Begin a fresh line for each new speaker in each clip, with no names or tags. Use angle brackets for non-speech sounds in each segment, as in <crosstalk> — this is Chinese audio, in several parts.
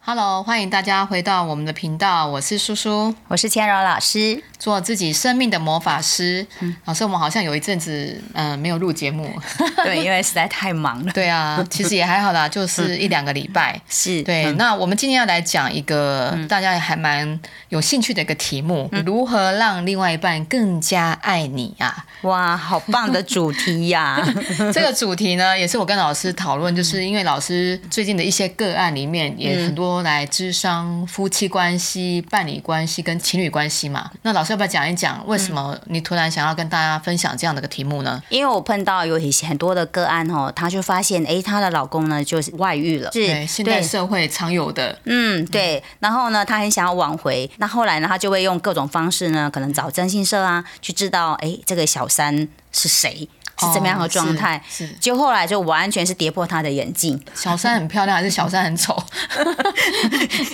Hello，欢迎大家回到我们的频道，我是叔叔，
我是千柔老师，
做自己生命的魔法师。老师，我们好像有一阵子嗯、呃没有录节目，
<laughs>
<laughs>
对，因为实在太忙了，
对啊，其实也还好啦，就是一两个礼拜。
是，
对，那我们今天要来讲一个大家也还蛮有兴趣的一个题目：如何让另外一半更加爱你啊？
哇，好棒的主题呀、
这个主题呢，也是我跟老师讨论，就是
嗯
因为老师最近的一些个案里面，也很多来智商夫妻关系、伴侣关系跟情侣关系
嗯
嘛。那老师要不要讲一讲，为什么你突然想要跟大家分享这样的一个题目呢？
<laughs> 因为我碰到有一些很多的个案哦，她就发现，哎，她的老公呢就是外遇了，
对，
是，
现代
对。
社会常有的，
嗯，对。然后呢，她很想要挽回，那后来呢，她就会用各种方式呢，可能找征信社啊，去知道，哎，这个小三是谁，是怎么样的
哦
状态。
是是
就后来就完全是跌破她的眼镜，
小三很漂亮还是小三很
<laughs>
丑？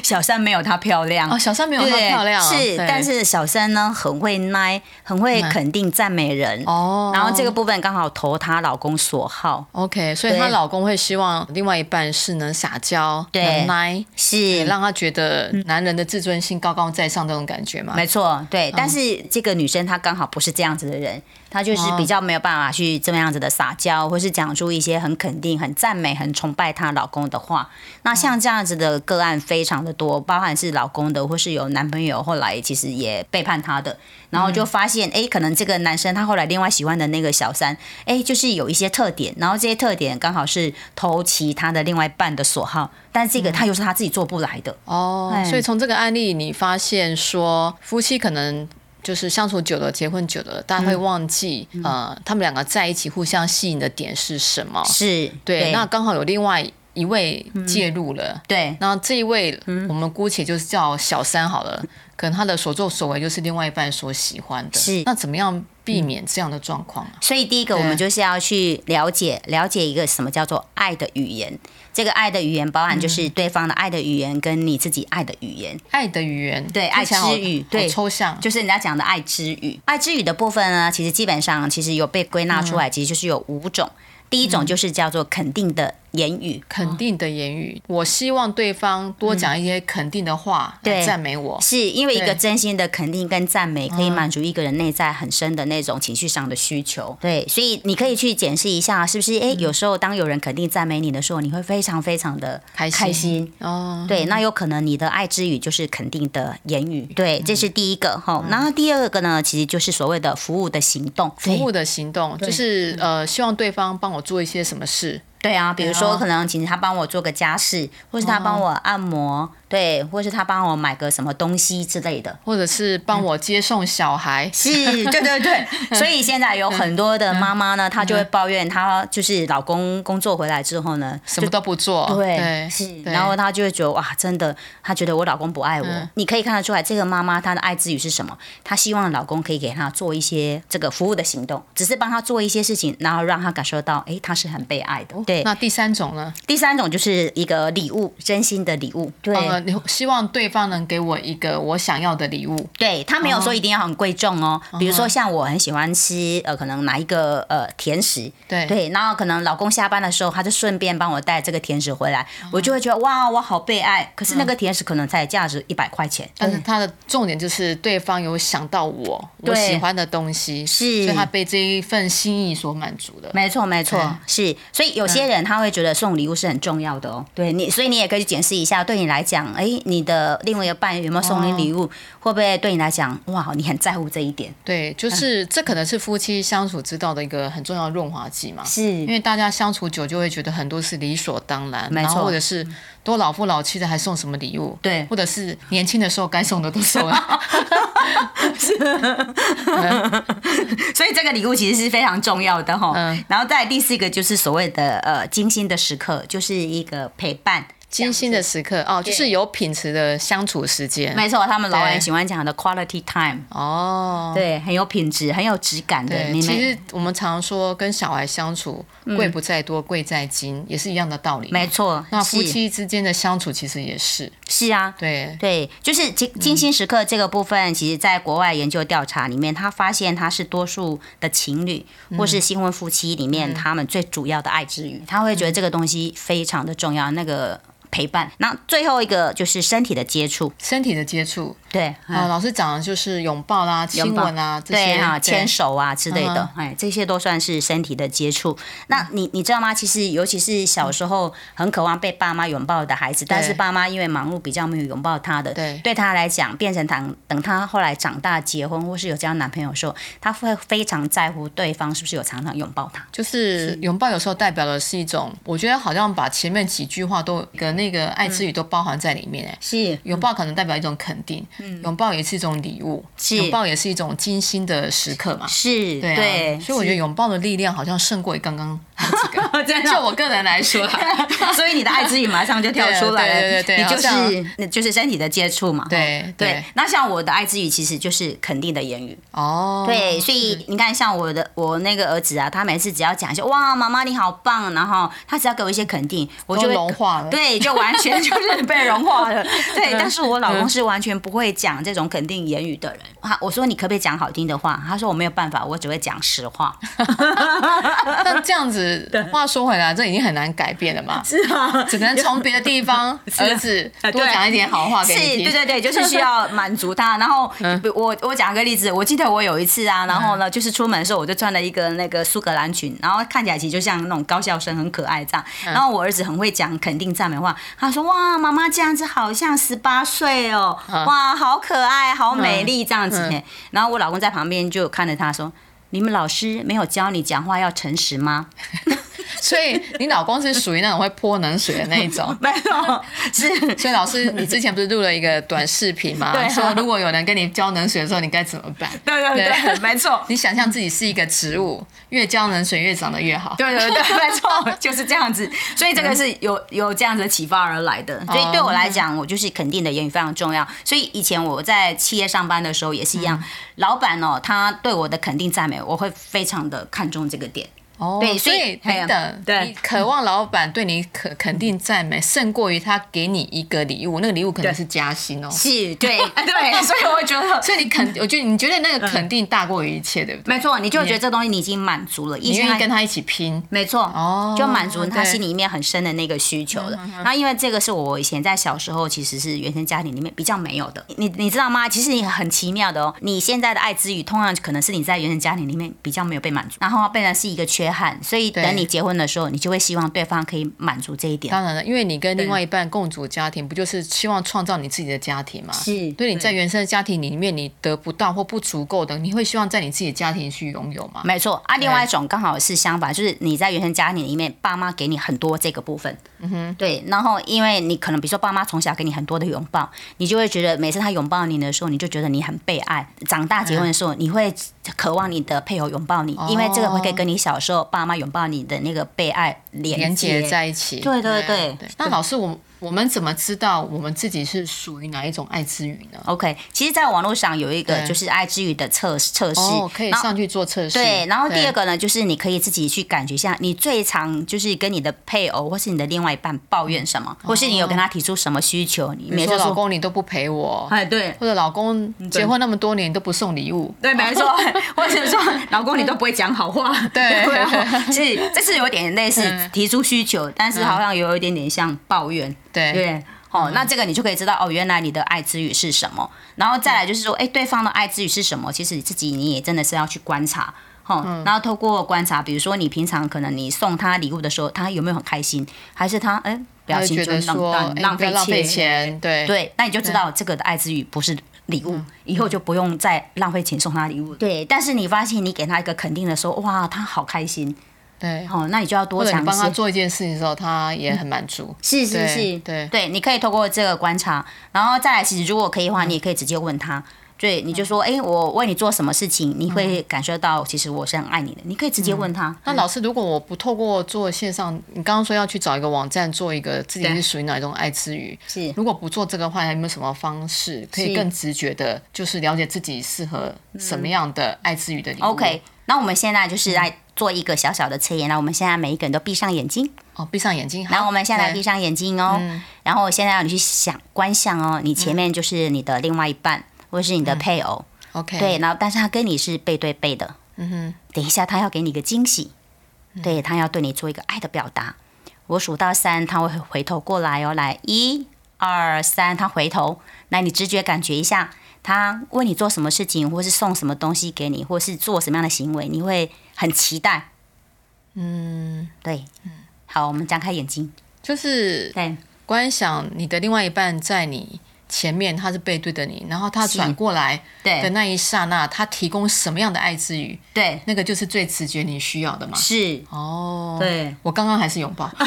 小三没有她漂亮
哦，小三没有她
对
漂亮啊，
是，
对
但是小三呢很会奶，很会肯定赞美人。
哦，
然后这个部分刚好投她老公所好，
OK，所以她
对
老公会希望另外一半是能撒娇、
对
能耐，也
是
让她觉得男人的自尊心高高在上这种感觉嘛。
嗯没错，对。
嗯
但是这个女生她刚好不是这样子的人，她就是
哦
比较没有办法去这么样子的撒娇，或是讲出一些很肯定、很赞美、很崇拜她老公的话。
嗯
那像这样子的个案非常的多，包含是老公的，或是有男朋友后来其实也背叛她的，然后
嗯
就发现，哎、可能这个男生他后来另外喜欢的那个小三，哎，就是有一些特点，然后这些特点刚好是投其他的另外一半的所好，但这个他又是他自己做不来的。
嗯哦，
哎
所以从这个案例，你发现说夫妻可能。就是相处久了，结婚久了，大家会忘记，
嗯
呃，他们两个在一起互相吸引的点是什么？
是，
对，那刚好有另外一位介入了，
对。
那这一位，
嗯
我们姑且就是叫小三好了，可能他的所作所为就是另外一半所喜欢的。
是嗯
那怎么样避免这样的状况啊？
所以第一个，我们就是要去了解了解一个什么叫做爱的语言。这个爱的语言包
嗯
含就是对方的爱的语言跟你自己爱的语言，
爱的语言，
对
听起来好
爱之语
好
对
抽象，
就是人家讲的爱之语。爱之语的部分呢，其实基本上其实有被归纳
嗯
出来，其实就是有五种。第一种就是叫做肯定的言语，
肯定的言语。我希望对方多讲一些肯定的话来
对
赞美我。
是因为一
哦对
个真心的肯定跟赞美，可以满足一个人内在很深的那种情绪上的需求。对，所以你可以去检视一下，是不是？哎，
嗯
有时候当有人肯定赞美你的时候，你会非常非常的
开心
开心
哦，
对，那有可能你的爱之语就是肯定的言语，对，这是第一个哈。然后第二个呢，其实就是所谓的服务的行动，
服务的行动就是呃，希望对方帮我做一些什么事。
对啊，比如
对
说
啊
可能请他帮我做个家事，或是他帮我按摩，对，或是他帮我买个什么东西之类的。
或者是帮我接送小孩， <laughs>
是，对对对，所以现在有很多的妈妈呢，她就会抱怨，她就是老公工作回来之后呢，
什么都不做，
对，嗯是，
对
然后她就会觉得哇，真的，她觉得我老公不爱我。你可以看得出来，这个妈妈她的爱之语是什么？她希望老公可以给她做一些这个服务的行动，只是帮她做一些事情，然后让她感受到，哎，她是很被爱的。对，
那第三种呢？
第三种就是一个礼物，真心的礼物。哦对。
呃，你希望对方能给我一个我想要的礼物，
对他没有说一定要很贵重哦，比如说像我很喜欢吃呃，可能哪一个呃甜食，
对
对，然后可能老公下班的时候，他就顺便帮我带这个甜食回来，
哦
我就会觉得哇，我好被爱。可是那个甜食可能才价值一百块钱，
但是他的重点就是对方有想到我我
对
喜欢的东西，
是
所以他被这一份心意所满足的。
没错，没
对
错，是。所以有些人他会觉得送礼物是很重要的
嗯
哦。对你，所以你也可以去检视一下，对你来讲，哎，你的另外一半有没有送你礼
哦
物，会不会对你来讲，哇，你很在乎这一点？
对，就是这可能是夫妻相处之道的一个很重要的润滑剂嘛。因
是，
为大家相处久，就会觉得很多是理所当然，
没
然后
错嗯
或者是都老夫老妻的还送什么礼物，
对
或者是年轻的时候该送的都送
<laughs>
了，
所以这个礼物其实是非常重要的哈、
嗯
然后再来第四个就是所谓的呃精心的时刻，就是一个陪伴。
精心的时刻哦，就是有品质的相处时间
没错，他们老
对
人喜欢讲的 quality time，
哦。
对，很有品质，很有质感的。
对，
你
其
们
实我们常说跟小孩相处，贵不在多，贵在精，也是一样的道理。
没错，
那夫
是
妻之间的相处其实也是，
是啊，
对，嗯
对，就是精精心时刻这个部分，其实在国外研究调查里面，他发现它是多数的情侣
嗯
或是新婚夫妻里面他们最主要的爱之语。他会觉得这个东西非常的重要，那个。陪伴。那最后一个就是身体的接触，
身体的接触
对，
啊，老师讲的就是拥抱啦、亲
拥抱
吻啊这
对
些，
啊，
对
牵手啊之类
嗯
的，哎，这些都算是身体的接触。那你你知道吗？其实尤其是小时候很渴望被爸妈拥抱的孩子，但是爸妈因为忙碌比较没有拥抱他的，
对
对他来讲，变成等等他后来长大结婚或是有交男朋友的时候，他会非常在乎对方是不是有常常拥抱他。
就是拥抱有时候代表的是一种，我觉得好像把前面几句话都跟那个爱之语都包含在里面、哎、
嗯是嗯
拥抱可能代表一种肯定，拥抱也是一种礼物，
是
拥抱也是一种精心的时刻嘛。
是，啊
对啊，
对，
所以我觉得拥抱的力量好像胜过于刚
<laughs>
刚好几个。
真
<laughs>
的 <laughs>
就我个人来说啦，
所以你的爱之语马上就跳出来了，
对对对对
你就
好
是那就是身体的接触嘛，
对
对
对
那像我的爱之语其实就是肯定的言语，嗯
哦，
对，所以你看像我的我那个儿子啊，他每次只要讲一些哇妈妈你好棒，然后他只要给我一些肯定，我
都
就会
融化了
对，就完 <laughs> 全就是被融化了，对。但是我老公是完全不会讲这种肯定言语的人，他我说你可不可以讲好听的话，他说我没有办法，我只会讲实话，
那这样
<laughs>
子，话说回来，这已经很难改变了嘛，
是啊，
只能从别的地
<laughs>
方，儿子
啊
多
对
讲一点好话给
是，
你听。
对对对，就是需要满足他。然后我我讲个例子，我记得我有一次啊，然后呢，就是出门的时候我就穿了一个那个苏格兰裙，然后看起来其实就像那种高校生，很可爱这样。然后我儿子很会讲肯定赞美话，他说：“哇，妈妈这样子好像十八岁哦，哇，好可爱，好美丽这样子。”然后我老公在旁边就看着他说。你们老师没有教你讲话要诚实吗？。
所以你老公是属于那种会泼冷水的那一种
<laughs> 没有，是
所以老师，你之前不是录了一个短视频吗？
对啊
说如果有人跟你浇冷水的时候，你该怎么办？
<laughs> <laughs> 对对对，
对
没错。
你想象自己是一个植物，越浇冷水越长得越好。
对对对，
<laughs>
没错，就是这样子。所以这个是有有这样子的启发而来
哦
的。所以对我
嗯
来讲，我就是肯定的言语非常重要。所以以前我在企业上班的时候也是一样，
嗯
<laughs> 老板哦，他对我的肯定赞美，我会非常的看重这个点。
哦
对
所
所
以
以哎
平等，
对
你渴望老板对你肯肯定赞美，胜过于他给你一个礼物，那个礼物可能是加薪哦。
是，对 <laughs> 对，所以我觉
<laughs>
得。
所以你
嗯
肯，我觉得你觉得那个肯定大过于一切，对不对？
没错，你就觉得这东西你已经满足了，
你
因
愿
为
意跟他一起拼，
没错，
哦
就满足他
对嗯
心里面很深的那个需求了。那因为这个是我以前在小时候其实是原生家庭里面比较没有的，你你知道吗？其实你很奇妙的哦，你现在的爱之语，通常可能是你在原生家庭里面比较没有被满足，然后变成是一个缺憾，所以
对
等你结婚的时候，你就会希望对方可以满足这一点。
当然了，因为你跟另外一半共组家庭，不就是希望创造你自己的家庭吗？
是
对，你在原生家庭里面你得不到或不足够的，你会希望在你自己的家庭去拥有吗？
没错啊，另外一种刚好是相反，就是你在原生家庭里面，爸妈给你很多这个部分，嗯哼，对，然后因为你可能比如说爸妈从小给你很多的拥抱，你就会觉得每次他拥抱你的时候，你就觉得你很被爱。长大结婚的时候，你会渴望你的配偶拥抱你，
哦
因为这个会可以跟你小时候爸妈拥抱你的那个被爱连
连
接
接在一起。
对对对
那老师，我我们怎么知道我们自己是属于哪一种爱之语呢？
OK，其实，在网络上有一个
对
就是爱之语的测测试，
哦，可以
然后
上去做测试。
对，然后第二个呢，就是你可以自己去感觉一下，你最常就是跟你的配偶或是你的另外一半抱怨什么，或是你有跟他提出什么需求，你
对，
每
你
次
哦说老
说，
公你都不陪我，嗯
哎，对。
或者老公结婚那么多年都不送礼物，
对，没
<laughs>
错，或者说老公你都不会讲好话，
对嗯
然后是这是有点类似提出需求，但是好像有一点点像抱怨，
对嗯
对，哦，那这个你就可以知道哦，原来你的爱之语是什么，然后再来就是说，哎，对方的爱之语是什么？其实你自己你也真的是要去观察。
嗯
哦，然后透过观察，比如说你平常可能你送他礼物的时候，他有没有很开心，还是他哎表
他就
情
觉
就
得
浪
说哎
浪
你
浪
不要
费
浪费
钱
钱，对嗯
对，那你就知道这个的爱之语不是礼物，以后就不用再浪费钱送他礼物。对，但是你发现你给他一个肯定的时候，哇，他好开心
对。
哦，那你就要多
或者
尝
你帮他
试。
做一件事情的时候，他也很满足。
是是
对
是，
对
对，你可以透过这个观察，然后再来，其实如果可以
嗯
的话，你也可以直接问他。对，你就说，哎、我为你做什么事
嗯
情，你会感受到其实我是很爱你的。你可以直接问他。
那老师，如果我不透过做线上，你刚刚说要去找一个网站做一个自己
对
是属于哪一种爱之语，
是
如果不做这个话，还有没有什么方式可以
是
更直觉的，就是了解自己适合什么样的爱之语的礼物
嗯 OK，那我们现在
嗯
就是来做一个小小的测验。那我们现在每一个人都闭上眼睛。
哦，闭上眼睛。
然后我们先来
对
闭上眼睛哦，然后我现在让你去想观想哦，你前面就是你的另外一半，或是你的配偶，
OK，
嗯对，然后但是他跟你是背对背嗯的，嗯哼，等一下他要给你一个惊喜，对他要对你做一个爱的表达，我数到三，他会回头过来哦，来一二三，他回头，来你直觉感觉一下，他为你做什么事情，或是送什么东西给你，或是做什么样的行为，你会很期待。嗯，对，好，我们张开眼睛，
就是
对，
观想你的另外一半在你前面，他是背对着你，然后他
是
转过来
对
的那一刹那，他提供什么样的爱之语，
对，
那个就是最直觉你需要的嘛。
是，
哦，
对，
我刚刚还是拥抱，
<laughs>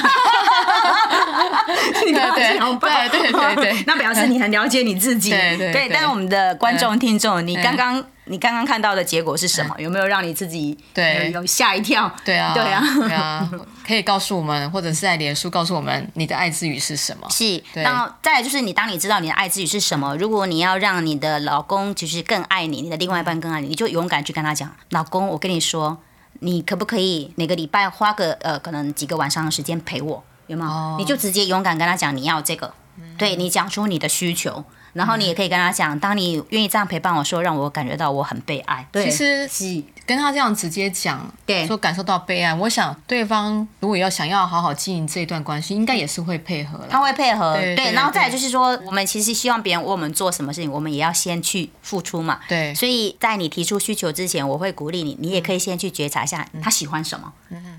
你刚刚
对
是拥抱，
对对对对
<laughs> 那表示你很了解你自己，
对对对
但我们的观众听众，你
嗯
刚刚你刚刚看到的结果是什么？有没有让你自己
对
有有吓一跳？
对啊，
对啊，
对啊， <laughs> 可以告诉我们，或者是在脸书告诉我们你的爱之语是什么。
是，
对
然后再来就是你，当你知道你的爱之语是什么，如果你要让你的老公就是更爱你，你的另外一半更爱你，你就勇敢去跟他讲，老公，我跟你说，你可不可以每个礼拜花个呃可能几个晚上的时间陪我，有没有？
哦嗯
你就直接勇敢跟他讲你要这个，对你讲出你的需求。然后你也可以跟他讲，当你愿意这样陪伴我说，让我感觉到我很被爱。对，
其实
是
跟他这样直接讲，
对
说感受到悲哀，我想对方如果要想要好好经营这一段关系，应该也是会配合
他
了。
会配合，
对对
然后再来
对
就是说，我们其实希望别人为我们做什么事情，我们也要先去付出嘛。
对嗯
所以在你提出需求之前，我会鼓励你，你也可以先去觉察一下他喜欢什么，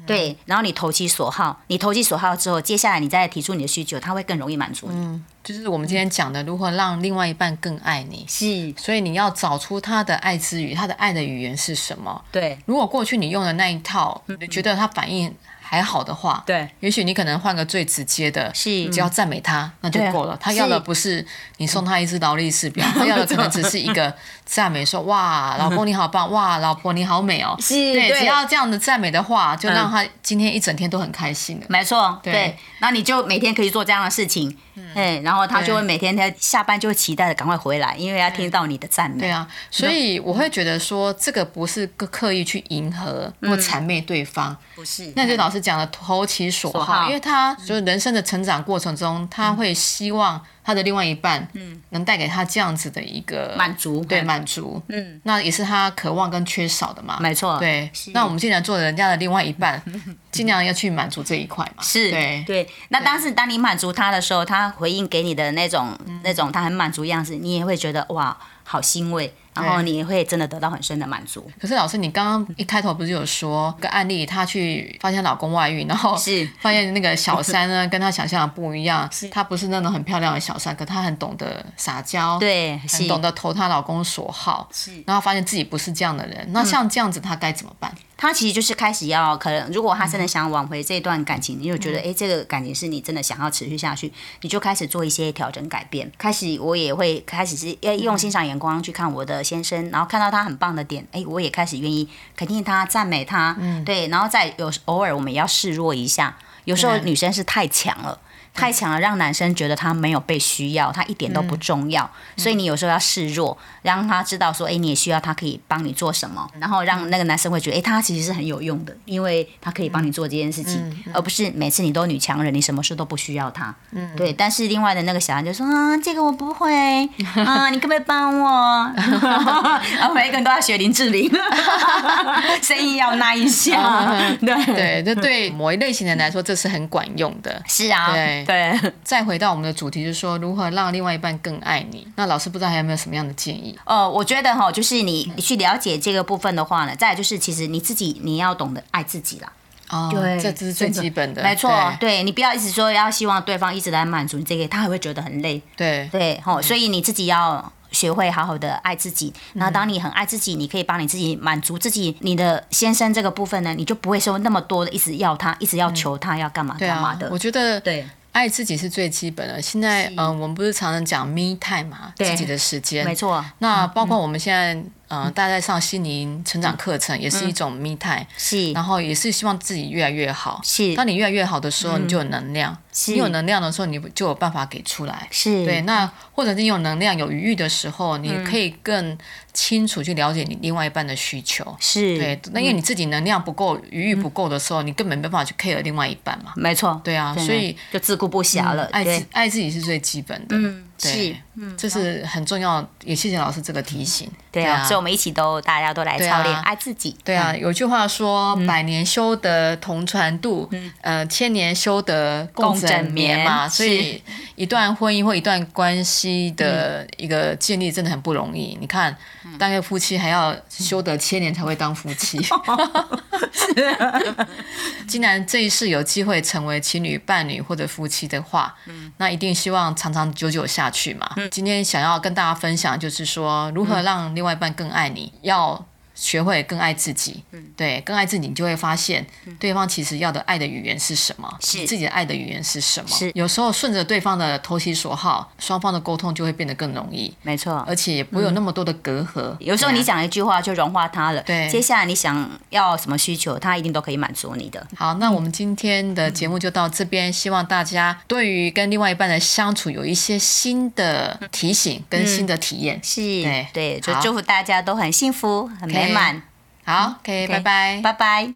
对，然后你投其所好，你投其所好之后，接下来你再提出你的需求，他会更容易满足
嗯
你。
就是我们今天讲的，如何让另外一半更爱你。
是，
所以你要找出他的爱之语，他的爱的语言是什么。
对，
如果过去你用的那一套，你觉得他反应还好的话，
嗯对，
也许你可能换个最直接的，
是
你只要赞美他，那就
对啊嗯
够了。他要的不是你送他一只劳力士表，他要的可能只是一
<laughs>
个赞美，说哇，老公你好棒，哇，老婆你好美哦。
是
对，
对
只要这样的赞美的话，就让他今天一整天都很开心的。
没错，
对嗯
对，然后你就每天可以做这样的事情，哎，然后他就会每天他下班就会期待的赶快回来，因为要听到你的赞
对
美。
啊，所
嗯
以我会觉得说，这个不是刻刻意去迎合或
嗯
谄媚对方，
不是，
那就老师讲的投其所好，
嗯所好嗯
因为他就是人生的成长过程中，他会希望他的另外一半，嗯，能带给他这样子的一个
满足
对
嗯
满足，嗯，那也是他渴望跟缺少的嘛，
没错
对
是。
那我们既然做人家的另外一
<laughs>
半，尽量要去满足这一块嘛，
是
对。
那当时当你满足他的时候，他回应给你的那种、
嗯
那种他很满足样子，你也会觉得哇，好欣慰，然后
对
你也会真的得到很深的满足。
可是老师，你刚刚一开头不是有说一个案例，她去发现老公外遇，然后
是
发现那个小三
<laughs>
呢跟她想象的不一样，她不是那种很漂亮的小三，可她很懂得撒娇，
对，是
很懂得投她老公所好，
是嗯
然后发现自己不是这样的人，那像这样子她该怎么
<laughs>
办？
他其实就是开始要可能，如果他真的想挽回这段感情，你就觉得哎、诶这个感情是你真的想要持续下去，你就开始做一些调整改变。开始我也会开始是要用欣赏眼光去看我的先生，然后看到他很棒的点，哎、我也开始愿意肯定他、赞美他，对，然后再有偶尔我们也要示弱一下，有时候
对
女生是太强了。太强了，让男生觉得他没有被需要，他一点都不重要。所以你有时候要示弱，让他知道说，哎、你也需要，他可以帮你做什么，然后让那个男生会觉得，哎、他其实是很有用的，因为他可以帮你做这件事情，而不是每次你都女强人，你什么事都不需要他。嗯，对。但是另外的那个小孩就说，啊，这个我不会，啊，你可不可以帮我？ <laughs> 然后每一个人都要学林志玲， <laughs> 声音要那一下，啊 <laughs> 对。
啊 <laughs> 对，这对某一类型的人来说，这是很管用
<laughs>
的。
是啊，
对
对，
再回到我们的主题，就是说如何让另外一半更爱你。那老师不知道还有没有什么样的建议？
呃，我觉得哈，就是你去了解这个部分的话呢，再来就是其实你自己你要懂得爱自己啦，
哦，
对
这只是最基本的，
没错，对你不要一直说要希望对方一直来满足你这个，他还会觉得很累，
对对
对吼，所以你自己要。学会好好的爱自己，那当你很爱自己，你可以帮你自己满足自己你的先生这个部分呢，你就不会说那么多的一直要他，一直要求他要干嘛
对
干嘛
啊
的。，
我觉得
对
爱自己是最基本的。现在，嗯、我们不是常常讲 me time 嘛，
对
自己的时间。
没。错，
那包括我们现在，嗯、大家在上心灵成
嗯
长课程，也是一种 me time，、
是
然后也是希望自己越来越好。
是嗯
当你越来越好的时候，你就有能量。
是
你有能量的时候，你就有办法给出来。
是
对，那或者是你有能量、有余裕的时候，
嗯
你可以更清楚去了解你另外一半的需求。
是嗯
对，那因为你自己能量不够、余裕不够的时候，你根本没办法去 care 另外一半嘛。
没错，
对啊
真的
所以嗯
就自顾不暇了，
爱
对
自，爱自己是最基本的。
嗯，是
对，，嗯，这是很重要，也谢谢老师这个提醒。
对啊，所以我们一起都大家都来
对
操
啊
练爱自己，
对啊，有句话说“百年修得同船渡，呃，千年修得共枕眠”嘛。
嗯共枕眠
所以，一段婚姻或一段关系
嗯
的一个建立真的很不容易。你看，当个夫妻还要修得千年才会当夫妻。既然这一世有机会成为情侣、伴侣或者夫妻的话，
嗯
那一定希望长长久久下去嘛。今天想要跟大家分享，就是说如何让另外一半更爱你，
嗯
要学会更爱自己。对，更爱自己，你就会发现对方其实要的爱的语言是什么，
嗯是
你自己的爱的语言是什么。
是
有时候顺着对方的投其所好，双方的沟通就会变得更容易，
没错，
而且也不会有那么多的隔阂。
嗯有时候
对
你
啊
讲一句话就融化他了，
对
接下来你想要什么需求，他一定都可以满足你的。
好，那我们今天的节目就到这边，希望大家对于跟另外一半的相处有一些新的提醒跟新的体验。
是，
对
对，就
好
祝福大家都很幸福、很美满。
好，OK，拜拜。
拜拜。